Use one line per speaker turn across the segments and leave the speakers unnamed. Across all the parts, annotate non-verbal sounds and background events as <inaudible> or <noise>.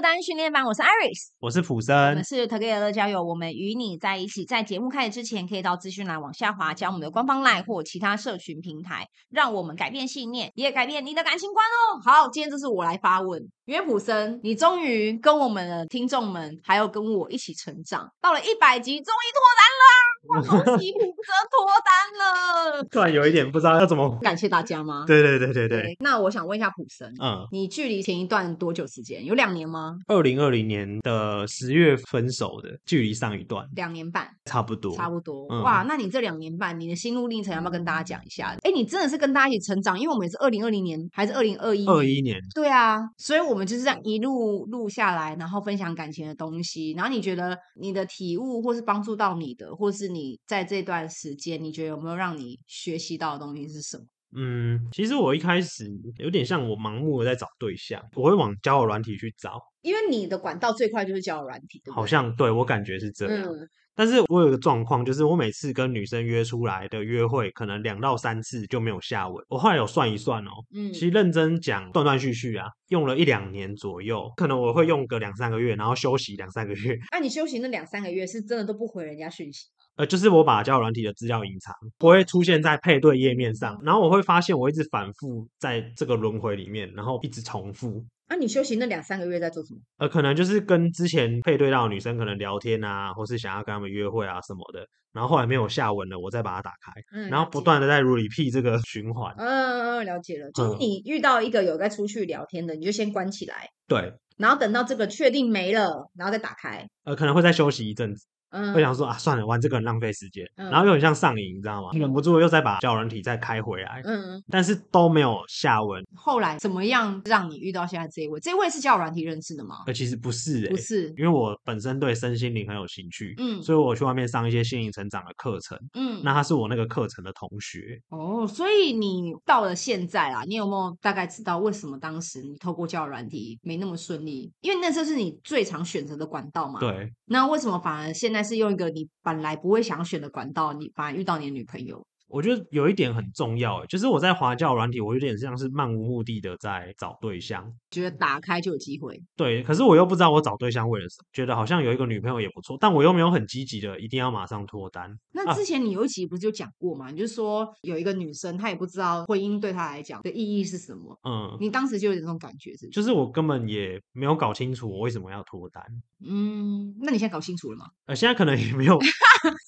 单训练班，我是 Iris，
我是普
我
生
们，是 Together 交友，我们与你在一起。在节目开始之前，可以到资讯栏往下滑，加我们的官方 LINE 或其他社群平台，让我们改变信念，也改变你的感情观哦。好，今天这是我来发问，因为普生，你终于跟我们的听众们，还有跟我一起成长，到了一百集，终于脱单啦！哇恭喜普生脱单了，
突然有一点不知道要怎么。
<laughs> 感谢大家吗？
对对对对对，
对。那我想问一下普生，
嗯，
你距离前一段多久时间？有两年吗？
二零二零年的十月分手的，距离上一段
两年半，
差不多。
差不多。
嗯
哇，那你这两年半，你的心路历程要不要跟大家讲一下？哎，你真的是跟大家一起成长，因为我们也是二零二零年还是二零二一
二一年，
对啊，所以我们就是这样一路录下来，然后分享感情的东西。然后你觉得你的体悟，或是帮助到你的，或是你在这段时间，你觉得有没有让你学习到的东西是什么？
嗯，其实我一开始有点像我盲目的在找对象，我会往交友软体去找，
因为你的管道最快就是交友软体，对不对？
好像对我感觉是啊这样。
嗯，
但是我有个状况，就是我每次跟女生约出来的约会，可能两到三次就没有下文。我后来有算一算哦，
嗯
其实认真讲，断断续续啊，用了一两年左右，可能我会用个两三个月，然后休息两三个月。
那、你休息那两三个月是真的都不回人家讯息？
呃，就是我把交友软体的资料隐藏，不会出现在配对页面上，然后我会发现我一直反复在这个轮回里面，然后一直重复。
那、啊你休息那两三个月在做什么？
呃，可能就是跟之前配对到的女生可能聊天啊，或是想要跟她们约会啊什么的，然后后来没有下文了，我再把它打开，
嗯，
然后
了
不
解。
断的在 repeat 这个循环。
嗯嗯，嗯了解了，就是
嗯
你遇到一个有在出去聊天的，你就先关起来，
对，
然后等到这个确定没了，然后再打开。
呃，可能会再休息一阵子，
嗯，
会想说啊，算了，玩这个很浪费时间，
嗯
然后又很像上瘾，你知道吗？忍不住又再把交友软体再开回来，
嗯，
但是都没有下文。
后来怎么样让你遇到现在这一位？这位是交友软体认识的吗？
呃，其实不是、欸，
不是，
因为我本身对身心灵很有兴趣，
嗯
所以我去外面上一些心灵成长的课程。
嗯，
那他是我那个课程的同学，
哦，所以你到了现在啦，你有没有大概知道为什么当时你透过交友软体没那么顺利？因为那时候是你最常选择的管道嘛。。
对，
那为什么反而现在是用一个你本来不会想选的管道，你反而遇到你的女朋友？
我觉得有一点很重要、欸，就是我在华教软体，我有点像是漫无目的的在找对象，
觉得打开就有机会？
对，可是我又不知道我找对象为了什么，觉得好像有一个女朋友也不错，但我又没有很积极的一定要马上脱单，
那
啊
之前你有一集不是就讲过嘛？你就说有一个女生，她也不知道婚姻对她来讲的意义是什么。
嗯，
你当时就有点这种感觉，是不是？
就是我根本也没有搞清楚我为什么要脱单，
嗯，那你现在搞清楚了吗？啊
呃，现在可能
<laughs>
也没有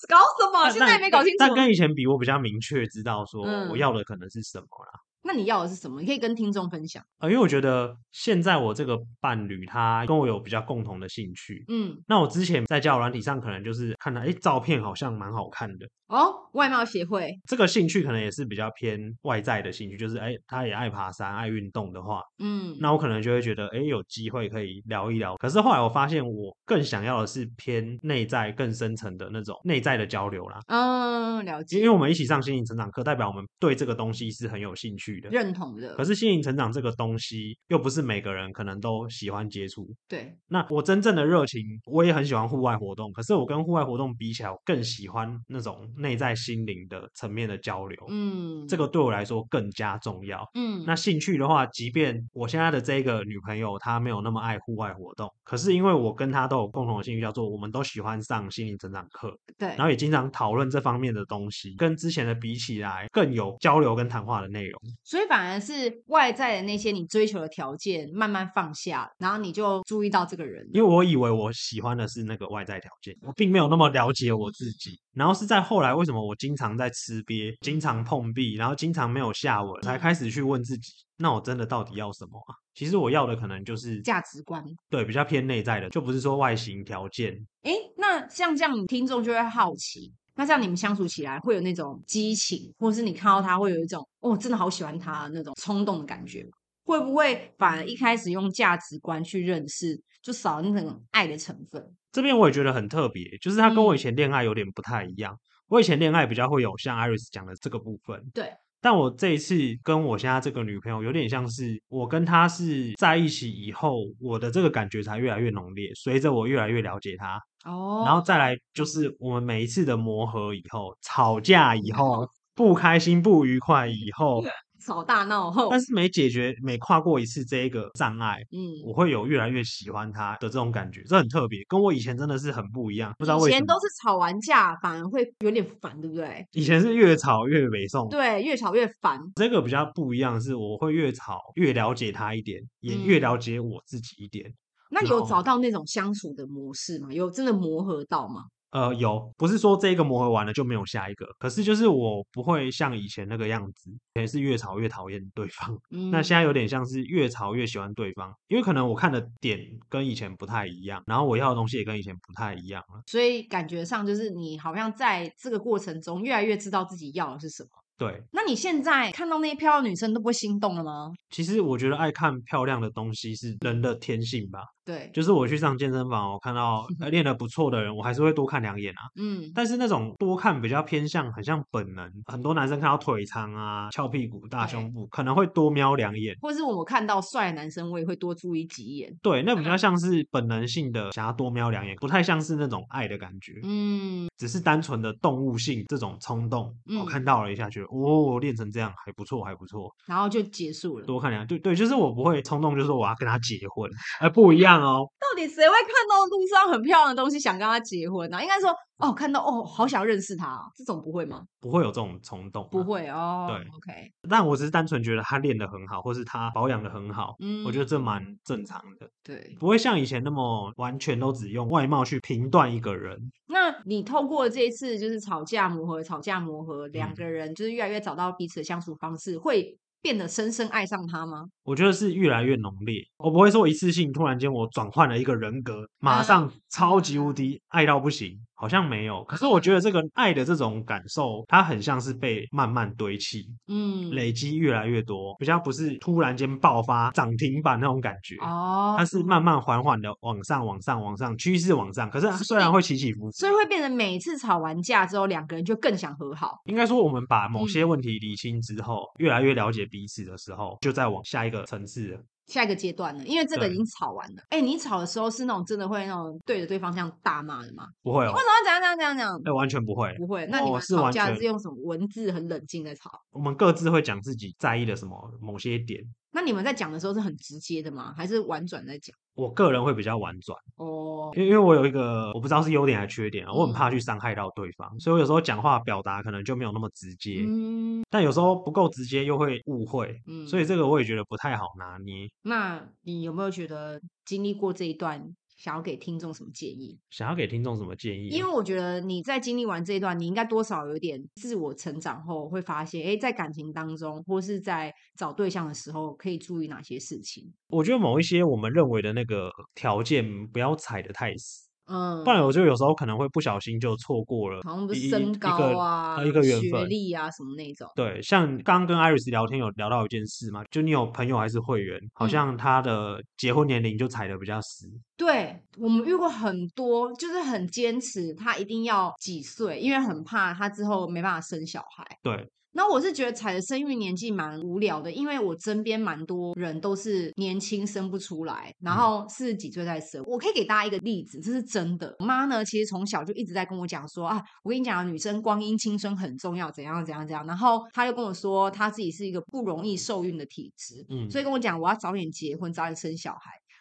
搞什么？
但，
现在也
但
没搞清楚。
但跟以前比，我比较明确知道说
嗯
我要的可能是什么啦。
那你要的是什么？你可以跟听众分享。
呃，因为我觉得现在我这个伴侣他跟我有比较共同的兴趣。
嗯，
那我之前在交友软体上，可能就是看到哎照片好像蛮好看的，
哦，外貌协会，
这个兴趣可能也是比较偏外在的兴趣，就是哎他也爱爬山、爱运动的话，
嗯，
那我可能就会觉得哎有机会可以聊一聊。可是后来我发现，我更想要的是偏内在、更深层的那种内在的交流啦。
嗯，了
因
解，
为我们一起上心灵成长课，代表我们对这个东西是很有兴趣的。
认同的，
可是心灵成长这个东西，又不是每个人可能都喜欢接触。
对，
那我真正的热情，我也很喜欢户外活动，可是我跟户外活动比起来，我更喜欢那种内在心灵的层面的交流。
嗯，
这，个对我来说更加重要。
嗯，
那兴趣的话，即便我现在的这个女朋友她没有那么爱户外活动，可是因为我跟她都有共同的兴趣，叫做我们都喜欢上心灵成长课，
对
然，后也经常讨论这方面的东西，跟之前的比起来更有交流跟谈话的内容。
所以反而是外在的那些你追求的条件慢慢放下，然后你就注意到这个人了，
因为我以为我喜欢的是那个外在条件，我并没有那么了解我自己。然后是在后来，为什么我经常在吃瘪，经常碰壁，然后经常没有下文，才开始去问自己，那我真的到底要什么啊？其实我要的可能就是
价值观。
对比较偏内在的，就不是说外形条件。
诶，那像这样，你听众就会好奇。那这样你们相处起来会有那种激情，或是你看到他会有一种哦，真的好喜欢他那种冲动的感觉吗会不会反而一开始用价值观去认识，就少了那种爱的成分？
这边我也觉得很特别，就是它跟我以
嗯
前恋爱有点不太一样。我以前恋爱比较会有像 Iris 讲的这个部分，
对，
但我这一次跟我现在这个女朋友有点像是，我跟她是在一起以后，我的这个感觉才越来越浓烈。随着我越来越了解她，
哦，
然后再来就是我们每一次的磨合以后，吵架以后，不开心、不愉快以后，
吵大闹后，
但是每解决每跨过一次这一个障碍，
嗯，
我会有越来越喜欢他的这种感觉，这很特别，跟我以前真的是很不一样。不知道
以
为什
前
么
都，是吵完架，反而会有点烦，对不对？
以前是越吵越北宋，
对，越吵越烦。
这个比较不一样，是我会越吵越了解他一点，也越
嗯
了解我自己一点。
那有
然
找
后
到那种相处的模式吗？有真的磨合到吗？
呃，有不是说这一个磨合完了就没有下一个，可是就是我不会像以前那个样子，也是越吵越讨厌对方。 <laughs>
嗯，
那现在有点像是越吵越喜欢对方，因为可能我看的点跟以前不太一样，然后我要的东西也跟以前不太一样了。
所以感觉上就是你好像在这个过程中越来越知道自己要的是什么。
对，
那你现在看到那些漂亮的女生都不会心动了吗？
其实我觉得爱看漂亮的东西是人的天性吧。
对，
就是我去上健身房，我看到呃练得不错的人，我还是会多看两眼啊。
嗯，
但是那种多看比较偏向，很像本能。很多男生看到腿长啊、翘屁股、大
对
胸部，可能会多瞄两眼。
或是我看到帅的男生，我也会多注意几眼。
对，那比
嗯
较像是本能性的想要多瞄两眼，不太像是那种爱的感觉，
嗯，
只是单纯的动物性这种冲动。我看到了一下，觉得哦，练成这样还不错，还不错。
然后就结束了。
多看两眼，对对，就是我不会冲动，就是说我要跟他结婚，哎，不一样哦。
到底谁会看到路上很漂亮的东西想跟他结婚呢、应该说，哦，看到哦，好想认识他哦、这种不会吗？
不会有这种冲动、
不，会哦。
啊对
，OK，
但我只是单纯觉得他练得很好，或是他保养得很好，
嗯
我觉得这蛮正常的，
对。
不会像以前那么完全都只用外貌去评断一个人。
那你透过这一次就是吵架磨合、吵架磨合，两
嗯
个人就是越来越找到彼此的相处方式，会变得深深爱上他吗？
我觉得是越来越浓烈，我不会说一次性突然间我转换了一个人格，马
嗯
上超级无敌爱到不行，好像没有。可是我觉得这个爱的这种感受，它很像是被慢慢堆砌、
嗯，
累积越来越多，比较不是突然间爆发涨停板那种感觉。
哦，
它是慢慢缓缓的往上、往上、往上，趋势往上。可是它虽然会起起伏伏，
所以会变得每次吵完架之后，两个人就更想和好。
应该说我们把某
嗯
些问题理清之后，越来越了解彼此的时候，就再往下一个层次了。
下一个阶段了，因为这个已
对
经吵完了。哎、你吵的时候是那种真的会那种对着对方这样大骂的吗？
不会
你
哦
为，什么要怎样怎样怎样怎样？
哎，完全不会。
不会，那你
我
们
是
吵
完
架
全
是用什么文字很冷静的吵？
我们各自会讲自己在意的什么某些点。
那你们在讲的时候是很直接的吗？还是婉转在讲？
我个人会比较婉转，
哦，
因为因为我有一个我不知道是优点还是缺点啊，我
嗯
很怕去伤害到对方，所以我有时候讲话表达可能就没有那么直接，
嗯
但有时候不够直接又会误会，
嗯，
所以这个我也觉得不太好拿捏。
那你有没有觉得经历过这一段，想要给听众什么建议？
想要给听众什么建议啊？
因为我觉得你在经历完这一段，你应该多少有点自我成长后，会发现，哎，在感情当中，或是在找对象的时候，可以注意哪些事情。
我觉得某一些我们认为的那个条件不要踩得太死，
嗯，
不然我就有时候可能会不小心就错过了
好像不
一
是
一一
身
个
高啊、
呃一个缘
学
分。
历啊什么那种。
对，像刚刚跟 Iris 聊天有聊到一件事嘛，就你有朋友还是会员，
嗯
好像他的结婚年龄就踩得比较死，
对我们遇过很多，就是很坚持他一定要几岁，因为很怕他之后没办法生小孩。
对，
那我是觉得踩的生育年纪蛮无聊的，因为我身边蛮多人都是年轻生不出来，然
嗯
后四十几岁再生。我可以给大家一个例子，这是真的。我妈呢，其实从小就一直在跟我讲说啊，我跟你讲，女生光阴青春很重要，怎样怎样怎样。然后她又跟我说，她自己是一个不容易受孕的体质，
嗯，
所以跟我讲我要早点结婚，早点生小孩。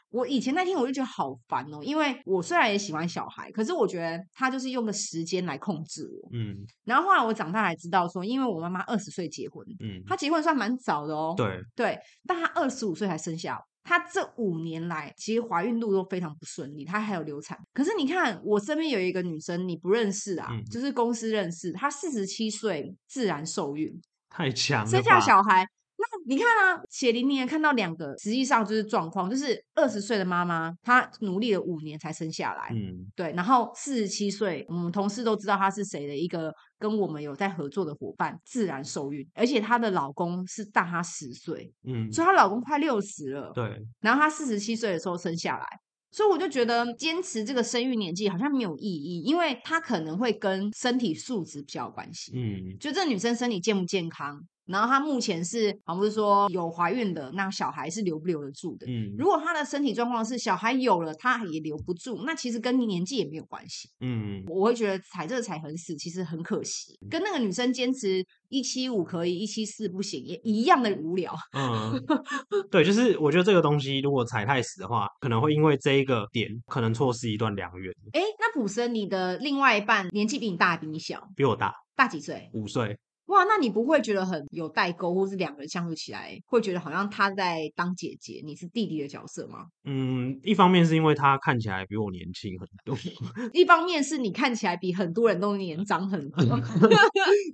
我以前那天我就觉得好烦哦，因为我虽然也喜欢小孩，可是我觉得他就是用个时间来控制我。
嗯
然后后来我长大才知道说，因为我妈妈二十岁结婚，
嗯，
她结婚算蛮早的哦。
对，
对，但她二十五岁才生下我。她这五年来，其实怀孕路都非常不顺利，她还有流产。可是你看，我身边有一个女生，你不认识啊，
嗯
就是公司认识，她四十七岁自然受孕，
太强了吧，
生下小孩。那你看啊，血淋淋的看到两个，实际上就是状况，就是二十岁的妈妈，她努力了五年才生下来，
嗯
对，然后四十七岁，我们同事都知道她是谁的一个跟我们有在合作的伙伴，自然受孕，而且她的老公是大她十岁，
嗯，
所以她老公快六十了，
对，
然后她四十七岁的时候生下来。所以我就觉得坚持这个生育年纪好像没有意义，因为它可能会跟身体素质比较有关系。
嗯
就这女生身体健不健康，然后她目前是，好像不是说有怀孕的，那小孩是留不留得住的。
嗯
如果她的身体状况是小孩有了，她也留不住，那其实跟年纪也没有关系。
嗯，
我会觉得踩这个踩很死，其实很可惜。跟那个女生坚持一七五可以，一七四不行，也一样的无聊。
嗯，
<laughs>
对，就是我觉得这个东西如果踩太死的话，可能会因为这一个点，可能错失一段良缘。
哎，那普森，你的另外一半年纪比你大，比你小，
比我大
大几岁？
五岁，
哇，那你不会觉得很有代沟，或是两个人相处起来会觉得好像他在当姐姐，你是弟弟的角色吗？
嗯，一方面是因为他看起来比我年轻很多， <laughs>
一方面是你看起来比很多人都年长很多，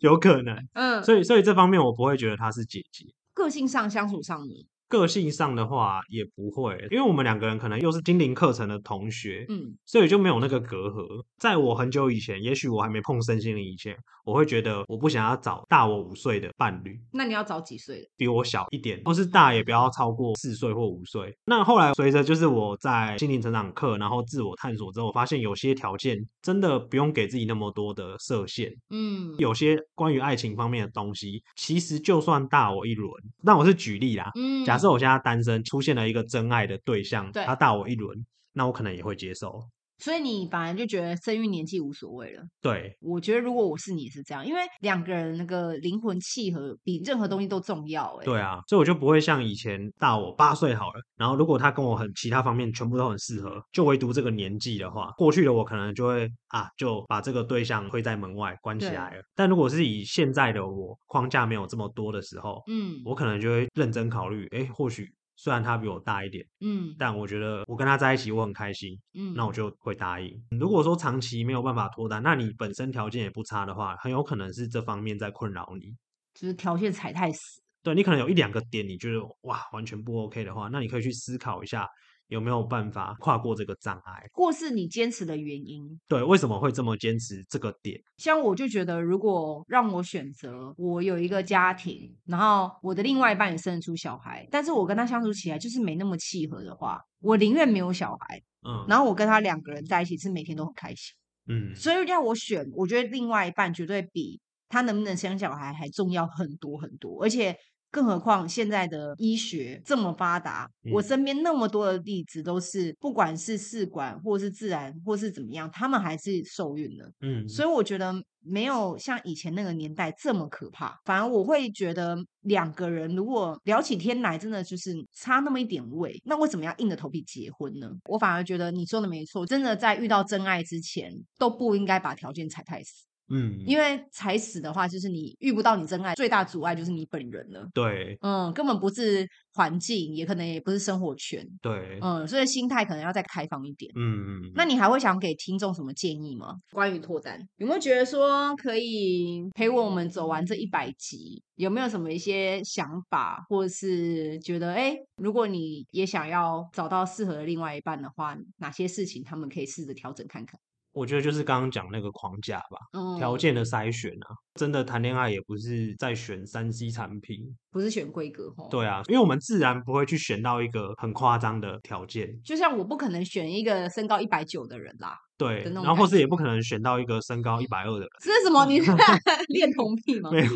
有可能，
<laughs> 嗯，
所以所以这方面我不会觉得她是姐姐。
个性上相处上呢，
个性上的话也不会，因为我们两个人可能又是精灵课程的同学，
嗯，
所以就没有那个隔阂。在我很久以前，也许我还没碰身心灵以前，我会觉得我不想要找大我五岁的伴侣，
那你要找几岁的？
比我小一点，或是大也不要超过四岁或五岁。那后来随着就是我在心灵成长课，然后自我探索之后，我发现有些条件真的不用给自己那么多的设限。
嗯，
有些关于爱情方面的东西，其实就算大我一轮，那我是举例啦，
嗯，
假设我现在单身，出现了一个真爱的对象，
对
他大我一轮，那我可能也会接受。
所以你本来就觉得生育年纪无所谓了。
对，
我觉得如果我是你也是这样，因为两个人那个灵魂契合比任何东西都重要、欸。，
对啊，所以我就不会像以前大我八岁好了。然后如果他跟我很其他方面全部都很适合，就唯独这个年纪的话，过去的我可能就会啊，就把这个对象推在门外，关起
对
来了。但如果是以现在的我框架没有这么多的时候，
嗯
我可能就会认真考虑，诶，或许虽然他比我大一点，
嗯
但我觉得我跟他在一起我很开心，
嗯，
那我就会答应。如果说长期没有办法脱单，那你本身条件也不差的话，很有可能是这方面在困扰你。
就是条件踩太死。
对你可能有一两个点，你觉得哇完全不 OK 的话，那你可以去思考一下有没有办法跨过这个障碍。
或是你坚持的原因。
对，为什么会这么坚持这个点？
像我就觉得，如果让我选择，我有一个家庭，然后我的另外一半也生得出小孩，但是我跟他相处起来就是没那么契合的话，我宁愿没有小孩，
嗯，
然后我跟他两个人在一起是每天都很开心。
嗯，
所以要我选，我觉得另外一半绝对比他能不能生小孩还重要很多很多，而且。更何况现在的医学这么发达，我
嗯
身边那么多的例子都是，不管是试管或是自然或是怎么样，他们还是受孕了。
嗯，
所以我觉得没有像以前那个年代这么可怕，反而我会觉得两个人如果聊起天来，真的就是差那么一点味，那为什么要硬着头皮结婚呢？我反而觉得你说的没错，真的在遇到真爱之前都不应该把条件踩太死，
嗯，
因
为
为踩死的话，就是你遇不到你真爱，最大阻碍就是你本人了。
对
嗯，根本不是环境，也可能也不是生活圈，
对，
嗯，所以心态可能要再开放一点。
嗯，
那你还会想给听众什么建议吗？关于脱单，有没有觉得说可以陪我们走完这一百集？有没有什么一些想法，或是觉得哎，诶如果你也想要找到适合的另外一半的话，哪些事情他们可以试着调整看看？
我觉得就是刚刚讲那个框架吧，
嗯，
条件的筛选啊，真的谈恋爱也不是在选三 C 产品，
不是选规格哦。，
对啊，因为我们自然不会去选到一个很夸张的条件，
就像我不可能选一个身高一百九的人啦，
对，
的那种
然后或
感
是也不可能选到一个身高一百二的人，
这是什
<laughs>
么？你恋童癖吗？
没
<laughs>
有，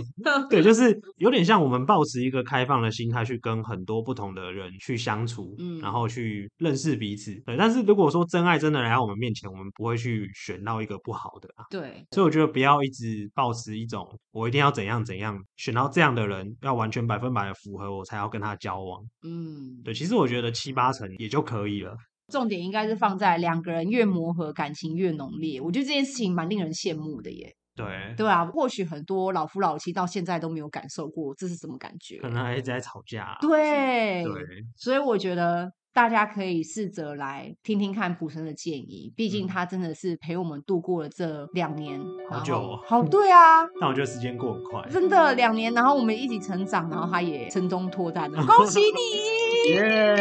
对，就是有点像我们保持一个开放的心态去跟很多不同的人去相处，
嗯
然后去认识彼此，对。但是如果说真爱真的来到我们面前，我们不会去选到一个不好的啊。
对，
所以我觉得不要一直保持一种我一定要怎样怎样，选到这样的人要完全百分百的符合我才要跟他交往。
嗯，
对，其实我觉得七八成也就可以了。
重点应该是放在两个人越磨合，感情越浓烈。我觉得这件事情蛮令人羡慕的耶。
对，
对啊，或许很多老夫老妻到现在都没有感受过这是什么感觉。
可能还一直在吵架啊。
对，
对，
所以我觉得大家可以试着来听听看普生的建议，毕竟
嗯
他真的是陪我们度过了这两年，
好
然后
久哦
好对
<laughs>
啊，
但我觉得时间过很快。
真的两年，然后我们一起成长，然后他也成功脱单
<laughs>
了，恭喜你！
耶！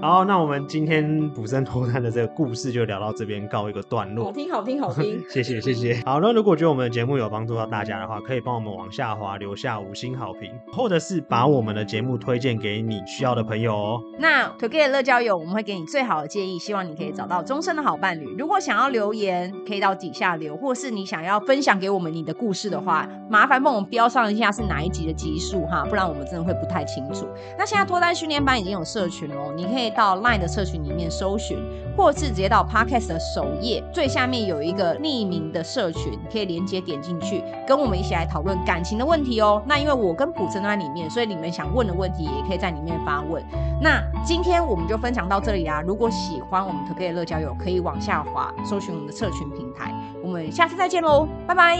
好，那我们今天补身脱单的这个故事就聊到这边告一个段落。
听，好听，好听
谢谢谢谢。好，那如果觉得我们的节目有帮助到大家的话，可以帮我们往下滑留下五星好评，或者是把我们的节目推荐给你需要的朋友哦。
那 Together 乐交友，我们会给你最好的建议，希望你可以找到终身的好伴侣。如果想要留言，可以到底下留，或是你想要分享给我们你的故事的话，麻烦帮我们标上一下是哪一集的集数哈，不然我们真的会不太清楚。那现在脱单训练班已经有社群哦，你可以到 LINE 的社群里面搜寻，或是直接到 Podcast 的首页最下面有一个匿名的社群，可以连接点进去，跟我们一起来讨论感情的问题哦。那因为我跟普生都在里面，所以你们想问的问题也可以在里面发问。那今天我们就分享到这里啦、啊如果喜欢我们可不可以乐交友，可以往下滑搜寻我们的社群平台。我们下次再见喽，拜拜。